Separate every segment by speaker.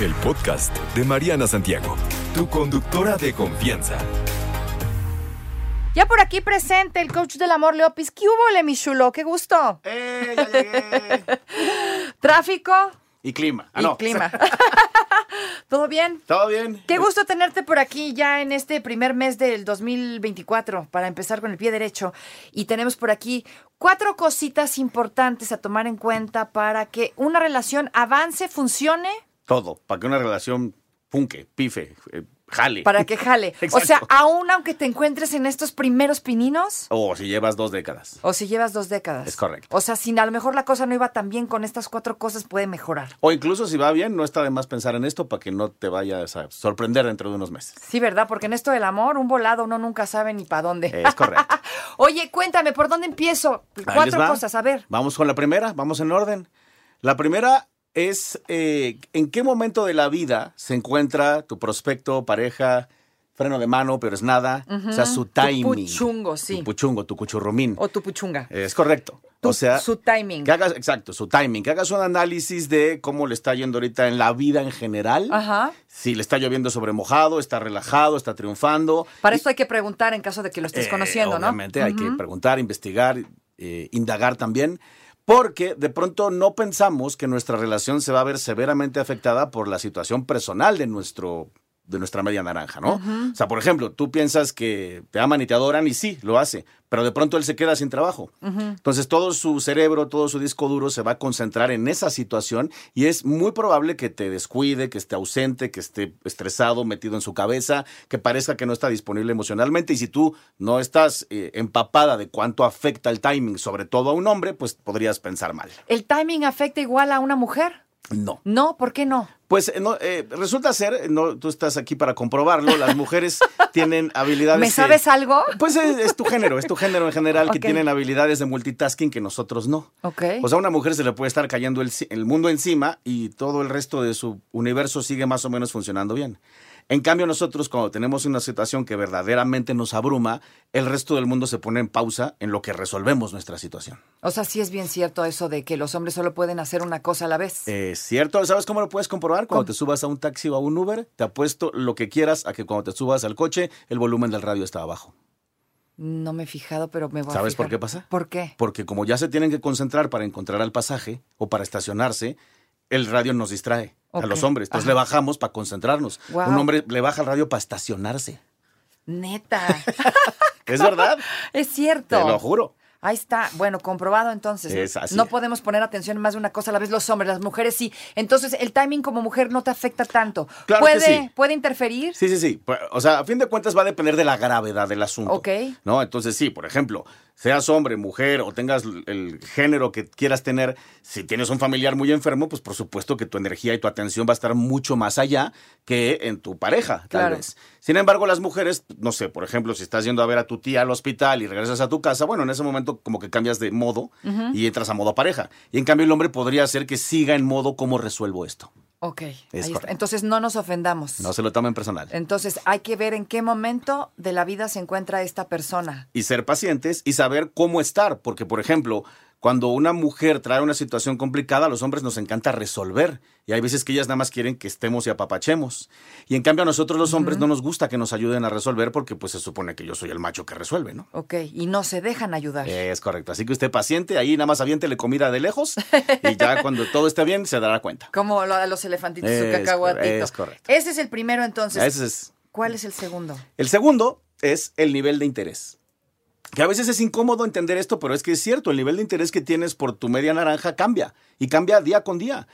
Speaker 1: el podcast de Mariana Santiago, tu conductora de confianza.
Speaker 2: Ya por aquí presente el coach del amor, Leopis. ¿Qué hubo, mi chulo? ¡Qué gusto!
Speaker 3: ¡Eh, ya llegué!
Speaker 2: Tráfico
Speaker 3: Y clima. Ah,
Speaker 2: y
Speaker 3: no.
Speaker 2: clima. ¿Todo bien?
Speaker 3: ¿Todo bien?
Speaker 2: Qué gusto tenerte por aquí ya en este primer mes del 2024 para empezar con el pie derecho. Y tenemos por aquí cuatro cositas importantes a tomar en cuenta para que una relación avance, funcione,
Speaker 3: Todo, para que una relación funque, pife, eh, jale.
Speaker 2: para que jale. O
Speaker 3: Exacto.
Speaker 2: sea, aún aunque te encuentres en estos primeros pininos.
Speaker 3: O si llevas dos décadas.
Speaker 2: O si llevas dos décadas.
Speaker 3: Es correcto.
Speaker 2: O sea, si a lo mejor la cosa no iba tan bien con estas cuatro cosas, puede mejorar.
Speaker 3: O incluso si va bien, no está de más pensar en esto para que no te vayas a sorprender dentro de unos meses.
Speaker 2: Sí, ¿verdad? Porque en esto del amor, un volado uno nunca sabe ni para dónde.
Speaker 3: Es correcto.
Speaker 2: Oye, cuéntame, ¿por dónde empiezo?
Speaker 3: Eh. Ahí les
Speaker 2: Cuatro
Speaker 3: va.
Speaker 2: cosas, a ver.
Speaker 3: Vamos con la primera, vamos en orden. La primera es eh, en qué momento de la vida se encuentra tu prospecto, pareja, freno de mano, pero es nada. O sea, su
Speaker 2: Tu
Speaker 3: timing.
Speaker 2: puchungo, sí.
Speaker 3: Tu puchungo, tu cuchurrumín.
Speaker 2: O tu puchunga.
Speaker 3: Es correcto.
Speaker 2: Tu-
Speaker 3: Eh, o sea,
Speaker 2: su timing.
Speaker 3: Que hagas, exacto, su timing. Que hagas un análisis de cómo le está yendo ahorita en la vida en general.
Speaker 2: Ajá.
Speaker 3: Si le está lloviendo sobre mojado, está relajado, está triunfando.
Speaker 2: Para esto hay que preguntar en caso de que lo estés
Speaker 3: Eh,
Speaker 2: conociendo, ¿no?
Speaker 3: Obviamente hay que preguntar, investigar, eh, indagar también. Porque de pronto no pensamos que nuestra relación se va a ver severamente afectada por la situación personal de nuestro de nuestra media naranja, ¿no? O sea, por ejemplo, tú piensas que te aman y te adoran y sí, lo hace, pero de pronto él se queda sin trabajo. Entonces todo su cerebro, todo su disco duro se va a concentrar en esa situación y es muy probable que te descuide, que esté ausente, que esté estresado, metido en su cabeza, que parezca que no está disponible emocionalmente y si tú no estás eh, empapada de cuánto afecta el timing, sobre todo a un hombre, pues podrías pensar mal.
Speaker 2: ¿El timing afecta igual a una mujer?
Speaker 3: No.
Speaker 2: No, ¿por qué no?
Speaker 3: Pues eh, no, eh, resulta ser, eh, no, tú estás aquí para comprobarlo, las mujeres tienen habilidades.
Speaker 2: ¿Me
Speaker 3: que-
Speaker 2: sabes algo?
Speaker 3: Pues es, es tu género, es tu género en general
Speaker 2: Ok.
Speaker 3: que tienen habilidades de multitasking que nosotros no.
Speaker 2: Ok.
Speaker 3: O sea, a una mujer se le puede estar cayendo el, ci- el mundo encima y todo el resto de su universo sigue más o menos funcionando bien. En cambio, nosotros cuando tenemos una situación que verdaderamente nos abruma, el resto del mundo se pone en pausa en lo que resolvemos nuestra situación.
Speaker 2: O sea, sí es bien cierto eso de que los hombres solo pueden hacer una cosa a la vez.
Speaker 3: Es cierto, ¿sabes cómo lo puedes comprobar? Cuando te subas a un taxi o a un Uber, te apuesto lo que quieras a que cuando te subas al coche, el volumen del radio está abajo.
Speaker 2: No me he fijado, pero me voy a
Speaker 3: ¿Sabes por
Speaker 2: fijar.
Speaker 3: qué pasa?
Speaker 2: ¿Por qué?
Speaker 3: Porque como ya se tienen que concentrar para encontrar al pasaje o para estacionarse, el radio nos distrae
Speaker 2: Ok.
Speaker 3: a los hombres. Entonces le bajamos para concentrarnos.
Speaker 2: Guau.
Speaker 3: Un hombre le baja el radio para estacionarse.
Speaker 2: Neta.
Speaker 3: ¿Es verdad?
Speaker 2: es cierto.
Speaker 3: Te lo juro.
Speaker 2: Ahí está. Bueno, comprobado entonces.
Speaker 3: Es así.
Speaker 2: No podemos poner atención en más de una cosa a la vez los hombres, las mujeres sí. Entonces, el timing como mujer no te afecta tanto.
Speaker 3: Claro que
Speaker 2: ¿Puede,
Speaker 3: sí.
Speaker 2: ¿Puede interferir?
Speaker 3: Sí, sí, sí. Pu- O sea, a fin de cuentas va a depender de la gravedad del asunto.
Speaker 2: Ok.
Speaker 3: ¿No? Entonces, sí, por ejemplo, seas hombre, mujer o tengas l- el género que quieras tener, si tienes un familiar muy enfermo, pues por supuesto que tu energía y tu atención va a estar mucho más allá que en tu pareja, tal
Speaker 2: Claro.
Speaker 3: vez. Sin embargo, las mujeres, no sé, por ejemplo, si estás yendo a ver a tu tía al hospital y regresas a tu casa, bueno, en ese momento como que cambias de modo y entras a modo pareja. Y en cambio, el hombre podría ser que siga en modo cómo resuelvo esto.
Speaker 2: Ok. ahí está.
Speaker 3: correcto.
Speaker 2: Entonces, no nos ofendamos.
Speaker 3: No se lo tomen personal.
Speaker 2: Entonces, hay que ver en qué momento de la vida se encuentra esta persona.
Speaker 3: y ser pacientes y saber cómo estar, porque por ejemplo, cuando una mujer trae una situación complicada, a los hombres nos encanta resolver y hay veces que ellas nada más quieren que estemos y apapachemos. Y en cambio a nosotros los hombres no nos gusta que nos ayuden a resolver porque pues se supone que yo soy el macho que resuelve, ¿no?
Speaker 2: Ok. Y no se dejan ayudar.
Speaker 3: Es correcto, así que usted paciente, ahí nada más aviéntele comida de lejos y ya cuando todo esté bien se dará cuenta.
Speaker 2: Como lo de los elefantitos, su
Speaker 3: Es cor-
Speaker 2: cacahuatito.
Speaker 3: es correcto.
Speaker 2: Ese es el primero entonces.
Speaker 3: Ese es
Speaker 2: ¿Cuál es el segundo?
Speaker 3: El segundo es el nivel de interés. Que a veces es incómodo entender esto, pero es que es cierto, el nivel de interés que tienes por tu media naranja cambia y cambia día con día.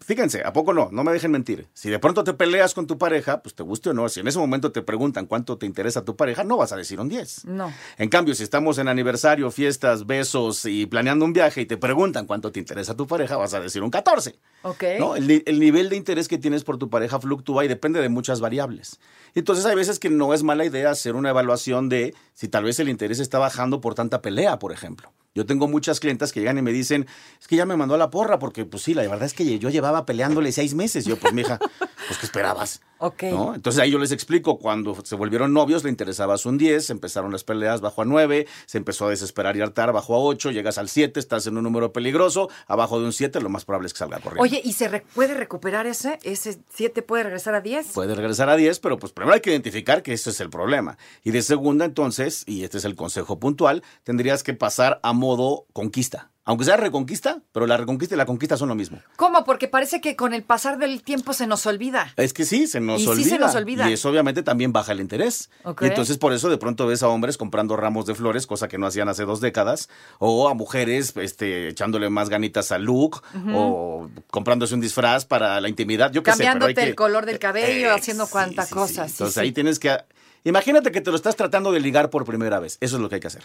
Speaker 3: Fíjense, ¿a poco no? No me dejen mentir. Si de pronto te peleas con tu pareja, pues te guste o no, si en ese momento te preguntan cuánto te interesa tu pareja, no vas a decir un 10.
Speaker 2: No.
Speaker 3: En cambio, si estamos en aniversario, fiestas, besos y planeando un viaje y te preguntan cuánto te interesa tu pareja, vas a decir un 14.
Speaker 2: Ok.
Speaker 3: ¿no? El, ni- el nivel de interés que tienes por tu pareja fluctúa y depende de muchas variables. Entonces hay veces que no es mala idea hacer una evaluación de si tal vez el interés está bajando por tanta pelea, por ejemplo. Yo tengo muchas clientas que llegan y me dicen, es que ya me mandó a la porra, porque pues sí, la verdad es que yo llevaba peleándole seis meses. Yo, pues mija, pues ¿qué esperabas?
Speaker 2: Ok.
Speaker 3: ¿no? Entonces ahí yo les explico, cuando se volvieron novios le interesabas un 10, empezaron las peleas, bajó a 9, se empezó a desesperar y hartar, bajó a 8, llegas al 7, estás en un número peligroso, abajo de un 7 lo más probable es que salga corriendo.
Speaker 2: Oye, ¿y se re- puede recuperar ese? ¿Ese 7 puede regresar a 10?
Speaker 3: Puede regresar a 10, pero pues primero hay que identificar que ese es el problema. Y de segunda, entonces, y este es el consejo puntual, tendrías que pasar a modo conquista. Aunque sea reconquista, pero la reconquista y la conquista son lo mismo.
Speaker 2: ¿Cómo? Porque parece que con el pasar del tiempo se nos olvida.
Speaker 3: Es que sí, se nos
Speaker 2: Y sí
Speaker 3: olvida.
Speaker 2: se nos olvida.
Speaker 3: Y eso obviamente también baja el interés.
Speaker 2: Ok.
Speaker 3: Y entonces por eso de pronto ves a hombres comprando ramos de flores, cosa que no hacían hace dos décadas, o a mujeres este, echándole más ganitas al look, o comprándose un disfraz para la intimidad. Yo qué sé, pero hay
Speaker 2: Cambiándote
Speaker 3: que-
Speaker 2: el color del cabello,
Speaker 3: Eh,
Speaker 2: haciendo
Speaker 3: sí,
Speaker 2: cuanta
Speaker 3: sí, sí.
Speaker 2: cosa, sí,
Speaker 3: Entonces
Speaker 2: sí.
Speaker 3: ahí tienes que... Imagínate que te lo estás tratando de ligar por primera vez. Eso es lo que hay que hacer.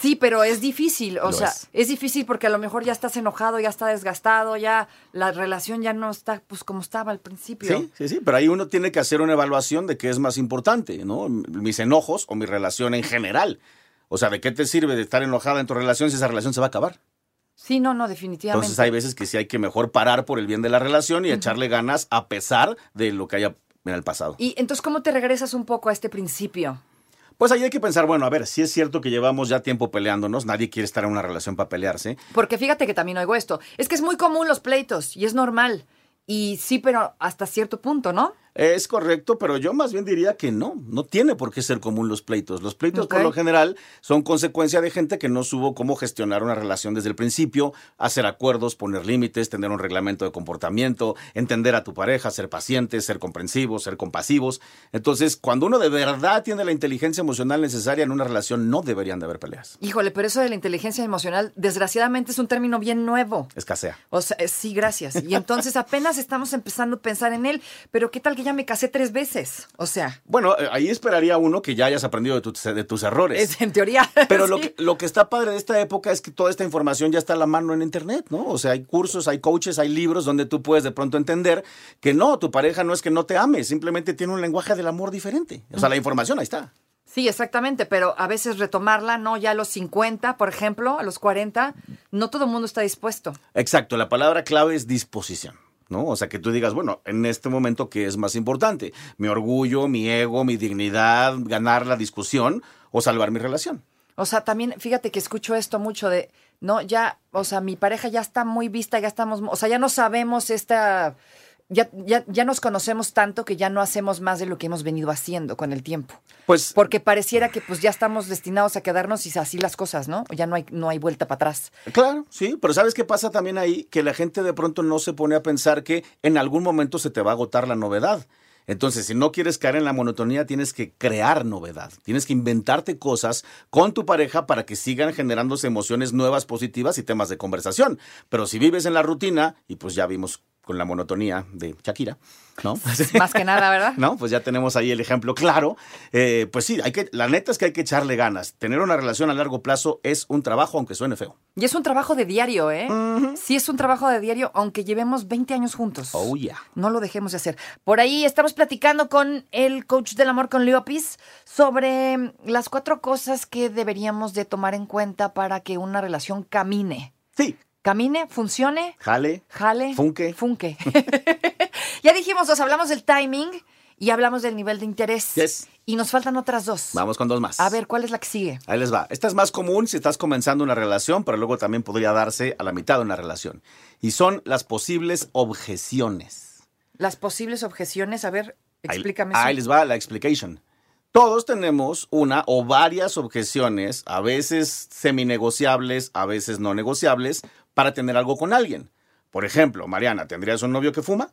Speaker 2: Sí, pero es difícil, o
Speaker 3: Lo
Speaker 2: sea, es.
Speaker 3: es.
Speaker 2: difícil porque a lo mejor ya estás enojado, ya está desgastado, ya la relación ya no está pues como estaba al principio.
Speaker 3: Sí, sí, sí, pero ahí uno tiene que hacer una evaluación de qué es más importante, ¿no? M- Mis enojos o mi relación en general. O sea, ¿de qué te sirve de estar enojada en tu relación si esa relación se va a acabar?
Speaker 2: Sí, no, no, definitivamente.
Speaker 3: Entonces hay veces que sí hay que mejor parar por el bien de la relación y echarle ganas a pesar de lo que haya en el pasado.
Speaker 2: Y entonces, ¿cómo te regresas un poco a este principio?
Speaker 3: Pues ahí hay que pensar, bueno, a ver, si es cierto que llevamos ya tiempo peleándonos, nadie quiere estar en una relación para pelearse,
Speaker 2: Porque fíjate que también oigo esto. Es que es muy común los pleitos y es normal. Y sí, pero hasta cierto punto, ¿no?
Speaker 3: Es correcto, pero yo más bien diría que no, no tiene por qué ser común los pleitos. Los pleitos
Speaker 2: Ok.
Speaker 3: por lo general son consecuencia de gente que no supo cómo gestionar una relación desde el principio, hacer acuerdos, poner límites, tener un reglamento de comportamiento, entender a tu pareja, ser pacientes, ser comprensivos, ser compasivos. Entonces, cuando uno de verdad tiene la inteligencia emocional necesaria en una relación, no deberían de haber peleas.
Speaker 2: Híjole, pero eso de la inteligencia emocional, desgraciadamente, es un término bien nuevo.
Speaker 3: Escasea.
Speaker 2: O sea, eh, sí, gracias. Y entonces apenas estamos empezando a pensar en él, pero ¿qué tal que ya me casé tres veces? O sea,
Speaker 3: Bueno, eh, ahí esperaría uno que ya hayas aprendido de, tus- de tus errores.
Speaker 2: es en teoría.
Speaker 3: Pero lo,
Speaker 2: sí.
Speaker 3: que, lo que está padre de esta época es que toda esta información ya está a la mano en Internet, ¿no? O sea, hay cursos, hay coaches, hay libros donde tú puedes de pronto entender que no, tu pareja no es que no te ame, simplemente tiene un lenguaje del amor diferente. O sea, la información ahí está.
Speaker 2: Sí, exactamente, pero a veces retomarla, ¿no? Ya a los 50, por ejemplo, a los 40, no todo el mundo está dispuesto.
Speaker 3: Exacto, la palabra clave es disposición. ¿No? O sea, que tú digas, bueno, en este momento, ¿qué es más importante? ¿Mi orgullo, mi ego, mi dignidad, ganar la discusión o salvar mi relación?
Speaker 2: O sea, también, fíjate que escucho esto mucho de, no, ya, o sea, mi pareja ya está muy vista, ya estamos, o sea, ya no sabemos esta, ya, ya, ya nos conocemos tanto que ya no hacemos más de lo que hemos venido haciendo con el tiempo.
Speaker 3: Pues
Speaker 2: Porque pareciera que pues ya estamos destinados a quedarnos y así las cosas, ¿no? Ya no hay, no hay vuelta para atrás.
Speaker 3: Claro, sí, pero ¿sabes qué pasa también ahí? Que la gente de pronto no se pone a pensar que en algún momento se te va a agotar la novedad. Entonces, si no quieres caer en la monotonía, tienes que crear novedad, tienes que inventarte cosas con tu pareja para que sigan generándose emociones nuevas, positivas y temas de conversación. Pero si vives en la rutina, y pues ya vimos con la monotonía de Shakira, ¿no?
Speaker 2: Más que nada, ¿verdad?
Speaker 3: ¿no? Pues ya tenemos ahí el ejemplo claro. Eh, pues sí, hay que, la neta es que hay que echarle ganas. Tener una relación a largo plazo es un trabajo, aunque suene feo.
Speaker 2: Y es un trabajo de diario, ¿eh? Sí, es un trabajo de diario, aunque llevemos 20 años juntos.
Speaker 3: Oh, yeah.
Speaker 2: No lo dejemos de hacer. Por ahí estamos platicando con el coach del amor, con Leo Piz, sobre mm, las cuatro cosas que deberíamos de tomar en cuenta para que una relación camine.
Speaker 3: Sí.
Speaker 2: Camine, funcione,
Speaker 3: Jale.
Speaker 2: jale.
Speaker 3: Funque.
Speaker 2: Funque. ya dijimos dos, hablamos del timing y hablamos del nivel de interés.
Speaker 3: Yes.
Speaker 2: Y nos faltan otras dos.
Speaker 3: Vamos con dos más.
Speaker 2: A ver, ¿cuál es la que sigue?
Speaker 3: Ahí les va. Esta es más común si estás comenzando una relación, pero luego también podría darse a la mitad de una relación. Y son las posibles objeciones.
Speaker 2: Las posibles objeciones, a ver,
Speaker 3: Ahí-
Speaker 2: explícame eso.
Speaker 3: Ahí, les va la explication. Todos tenemos una o varias objeciones, a veces seminegociables, a veces no negociables, para tener algo con alguien. Por ejemplo, Mariana, ¿tendrías un novio que fuma?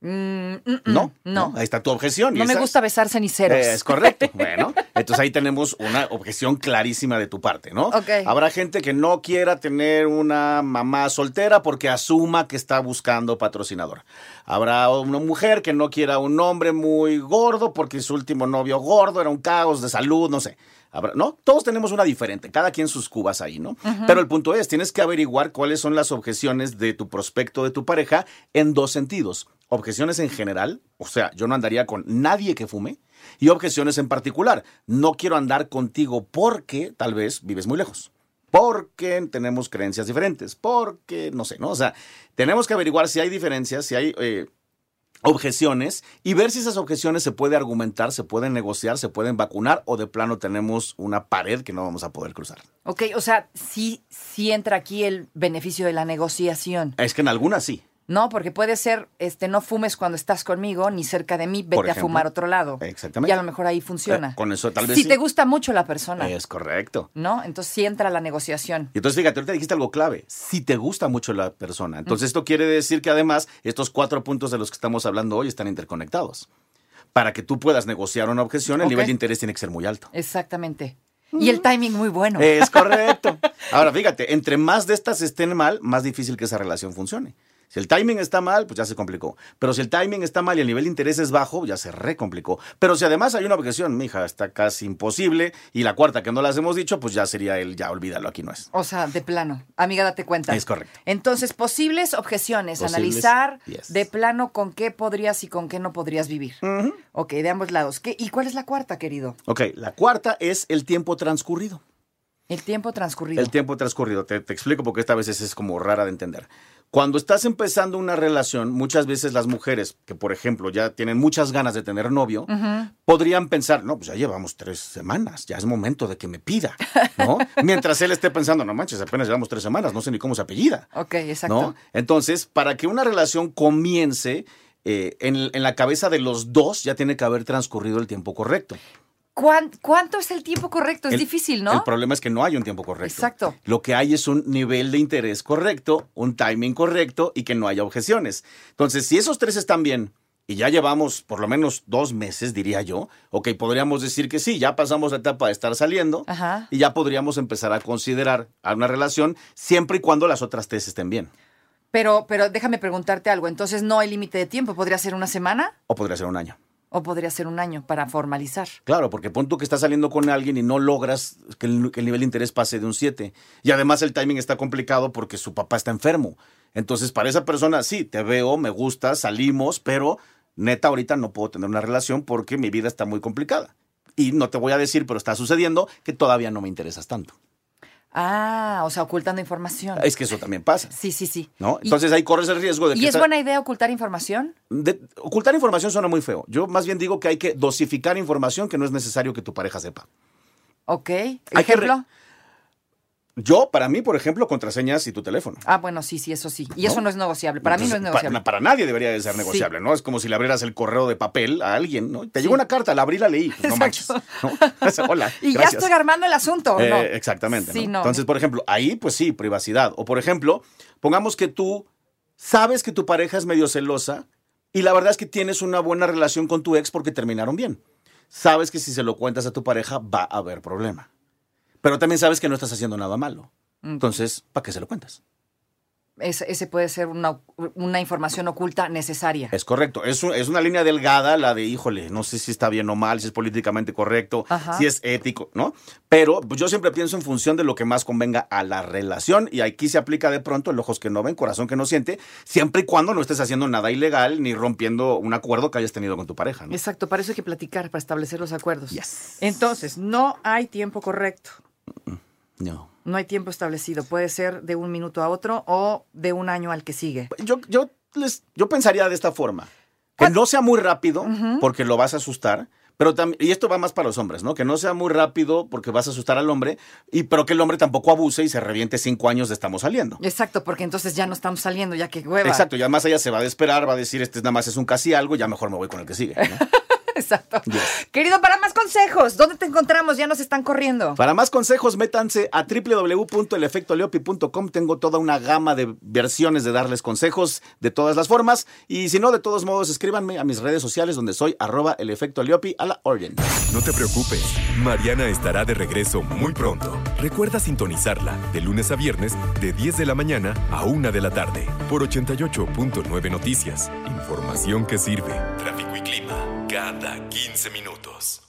Speaker 2: Mm, mm, mm,
Speaker 3: No.
Speaker 2: no.
Speaker 3: Ahí está tu objeción. y
Speaker 2: No me
Speaker 3: esa-
Speaker 2: gusta besar ceniceros.
Speaker 3: Eh, Es correcto. Bueno, entonces ahí tenemos una objeción clarísima de tu parte, ¿no?
Speaker 2: Ok.
Speaker 3: Habrá gente que no quiera tener una mamá soltera porque asuma que está buscando patrocinador. Habrá una mujer que no quiera un hombre muy gordo porque su último novio gordo era un caos de salud, no sé. Habrá- ¿No? Todos tenemos una diferente, cada quien sus cubas ahí, ¿no? Pero el punto es, tienes que averiguar cuáles son las objeciones de tu prospecto, de tu pareja, en dos sentidos. Objeciones en general, o sea, yo no andaría con nadie que fume, y objeciones en particular. No quiero andar contigo porque tal vez vives muy lejos. Porque tenemos creencias diferentes. Porque, no sé, ¿no? O sea, tenemos que averiguar si hay diferencias, si hay eh, objeciones y ver si esas objeciones se puede argumentar, se pueden negociar, se pueden vacunar o de plano tenemos una pared que no vamos a poder cruzar.
Speaker 2: Ok, o sea, sí, sí entra aquí el beneficio de la negociación.
Speaker 3: Es que en algunas sí.
Speaker 2: No, porque puede ser, este, no fumes cuando estás conmigo, ni cerca de mí,
Speaker 3: Por
Speaker 2: vete a
Speaker 3: ejemplo.
Speaker 2: fumar otro lado.
Speaker 3: Exactamente.
Speaker 2: Y a lo mejor ahí funciona.
Speaker 3: Eh, con eso tal vez
Speaker 2: Si
Speaker 3: sí.
Speaker 2: te gusta mucho la persona,
Speaker 3: Es correcto.
Speaker 2: ¿no? Entonces sí entra la negociación.
Speaker 3: Y entonces, fíjate, ahorita dijiste algo clave. Si te gusta mucho la persona. Entonces, esto quiere decir que además estos cuatro puntos de los que estamos hablando hoy están interconectados. Para que tú puedas negociar una objeción, el
Speaker 2: Ok.
Speaker 3: nivel de interés tiene que ser muy alto.
Speaker 2: Exactamente. Y el timing muy bueno.
Speaker 3: Es correcto. Ahora, fíjate, entre más de estas estén mal, más difícil que esa relación funcione. Si el timing está mal, pues ya se complicó. Pero si el timing está mal y el nivel de interés es bajo, ya se recomplicó. Pero si además hay una objeción, mija, está casi imposible. Y la cuarta que no las hemos dicho, pues ya sería el ya olvídalo, aquí no es.
Speaker 2: O sea, de plano. Amiga, date cuenta.
Speaker 3: Es correcto.
Speaker 2: Entonces, posibles objeciones,
Speaker 3: Posibles,
Speaker 2: analizar
Speaker 3: yes. Mm.
Speaker 2: de plano con qué podrías y con qué no podrías vivir. Ok, de ambos lados. ¿Qué- ¿Y cuál es la cuarta, querido?
Speaker 3: Ok, la cuarta es el tiempo transcurrido.
Speaker 2: El tiempo transcurrido.
Speaker 3: El tiempo transcurrido. Te, te explico porque esta vez es como rara de entender. Cuando estás empezando una relación, muchas veces las mujeres que, por ejemplo, ya tienen muchas ganas de tener novio, podrían pensar, no, pues ya llevamos tres semanas, ya es momento de que me pida, ¿no? Mientras él esté pensando, no manches, apenas llevamos tres semanas, no sé ni cómo se apellida.
Speaker 2: Ok, exacto.
Speaker 3: ¿no? Entonces, para que una relación comience, eh, en, en la cabeza de los dos ya tiene que haber transcurrido el tiempo correcto.
Speaker 2: ¿Cuán- ¿Cuánto es el tiempo correcto? Es
Speaker 3: El-
Speaker 2: difícil, ¿no?
Speaker 3: El problema es que no hay un tiempo correcto.
Speaker 2: Exacto.
Speaker 3: Lo que hay es un nivel de interés correcto, un timing correcto y que no haya objeciones. Entonces, si esos tres están bien y ya llevamos por lo menos dos meses, diría yo, ok, podríamos decir que sí, ya pasamos la etapa de estar saliendo
Speaker 2: Ajá.
Speaker 3: y ya podríamos empezar a considerar a una relación siempre y cuando las otras tres estén bien.
Speaker 2: Pero, pero déjame preguntarte algo. Entonces, ¿no hay límite de tiempo? ¿Podría ser una semana
Speaker 3: O podría ser un año.
Speaker 2: o podría ser un año para formalizar?
Speaker 3: Claro, porque pon tú que estás saliendo con alguien y no logras que el, que el nivel de interés pase de un 7. Y además el timing está complicado porque su papá está enfermo. Entonces, para esa persona, sí, te veo, me gusta, salimos, pero neta, ahorita no puedo tener una relación porque mi vida está muy complicada. Y no te voy a decir, pero está sucediendo que todavía no me interesas tanto.
Speaker 2: Ah, o sea, ocultando información.
Speaker 3: Es que eso también pasa,
Speaker 2: Sí, sí, sí.
Speaker 3: ¿no?
Speaker 2: Y-
Speaker 3: Entonces ahí corres el riesgo de que...
Speaker 2: ¿Y es
Speaker 3: esta-
Speaker 2: buena idea ocultar información?
Speaker 3: de- ocultar información suena muy feo. Yo más bien digo que hay que dosificar información que no es necesario que tu pareja sepa.
Speaker 2: Ok.
Speaker 3: re-
Speaker 2: ¿Ejemplo?
Speaker 3: Yo, para mí, por ejemplo, contraseñas y tu teléfono.
Speaker 2: Ah, bueno, sí, sí, eso sí. Y eso no es negociable. Para mí no es
Speaker 3: Entonces,
Speaker 2: negociable.
Speaker 3: Para, para nadie debería de ser
Speaker 2: Sí.
Speaker 3: negociable, ¿no? Es como si le abrieras el correo de papel a alguien, ¿no? Te
Speaker 2: Sí.
Speaker 3: llegó una carta, la abrí, la leí. pues, no manches.
Speaker 2: Exacto.
Speaker 3: ¿no? Hola,
Speaker 2: Y
Speaker 3: gracias.
Speaker 2: ya estoy armando el asunto, ¿o
Speaker 3: Eh,
Speaker 2: ¿no?
Speaker 3: Exactamente.
Speaker 2: Sí,
Speaker 3: ¿no?
Speaker 2: no.
Speaker 3: Entonces, por ejemplo, ahí, pues sí, privacidad. O por ejemplo, pongamos que tú sabes que tu pareja es medio celosa y la verdad es que tienes una buena relación con tu ex porque terminaron bien. Sabes que si se lo cuentas a tu pareja va a haber problema. Pero también sabes que no estás haciendo nada malo. Entonces, ¿para qué se lo cuentas?
Speaker 2: Ese- ese puede ser una, una información oculta necesaria.
Speaker 3: Es correcto. Es, un- es una línea delgada la de, híjole, no sé si está bien o mal, si es políticamente correcto,
Speaker 2: Ajá.
Speaker 3: si es ético, ¿no? Pero pues, yo siempre pienso en función de lo que más convenga a la relación y aquí se aplica de pronto el ojos que no ven, corazón que no siente, siempre y cuando no estés haciendo nada ilegal ni rompiendo un acuerdo que hayas tenido con tu pareja, ¿no?
Speaker 2: Exacto, para eso hay que platicar, para establecer los acuerdos.
Speaker 3: Yes.
Speaker 2: Entonces, no hay tiempo correcto.
Speaker 3: No.
Speaker 2: No hay tiempo establecido. Puede ser de un minuto a otro o de un año al que sigue.
Speaker 3: Yo, yo, les, yo pensaría de esta forma. Que
Speaker 2: ¿Cuál?
Speaker 3: no sea muy rápido porque lo vas a asustar. Pero tam- y esto va más para los hombres, ¿no? Que no sea muy rápido porque vas a asustar al hombre, y pero que el hombre tampoco abuse y se reviente cinco años de estamos saliendo.
Speaker 2: Exacto, porque entonces ya no estamos saliendo, ya que hueva.
Speaker 3: Exacto, y además ella se va a esperar, va a decir, este nada más es un casi algo, ya mejor me voy con el que sigue. ¿no?
Speaker 2: Exacto. Querido, para más consejos, ¿dónde te encontramos? Ya nos están corriendo.
Speaker 3: Para más consejos, métanse a www.elefectoleopi.com. Tengo toda una gama de versiones de darles consejos de todas las formas. Y si no, de todos modos, escríbanme a mis redes sociales donde soy arroba el efecto Leopi a la orden.
Speaker 1: No te preocupes, Mariana estará de regreso muy pronto. Recuerda sintonizarla de lunes a viernes de 10 de la mañana a 1 de la tarde por 88.9 Noticias. Información que sirve. Tráfico y clima cada 15 minutos.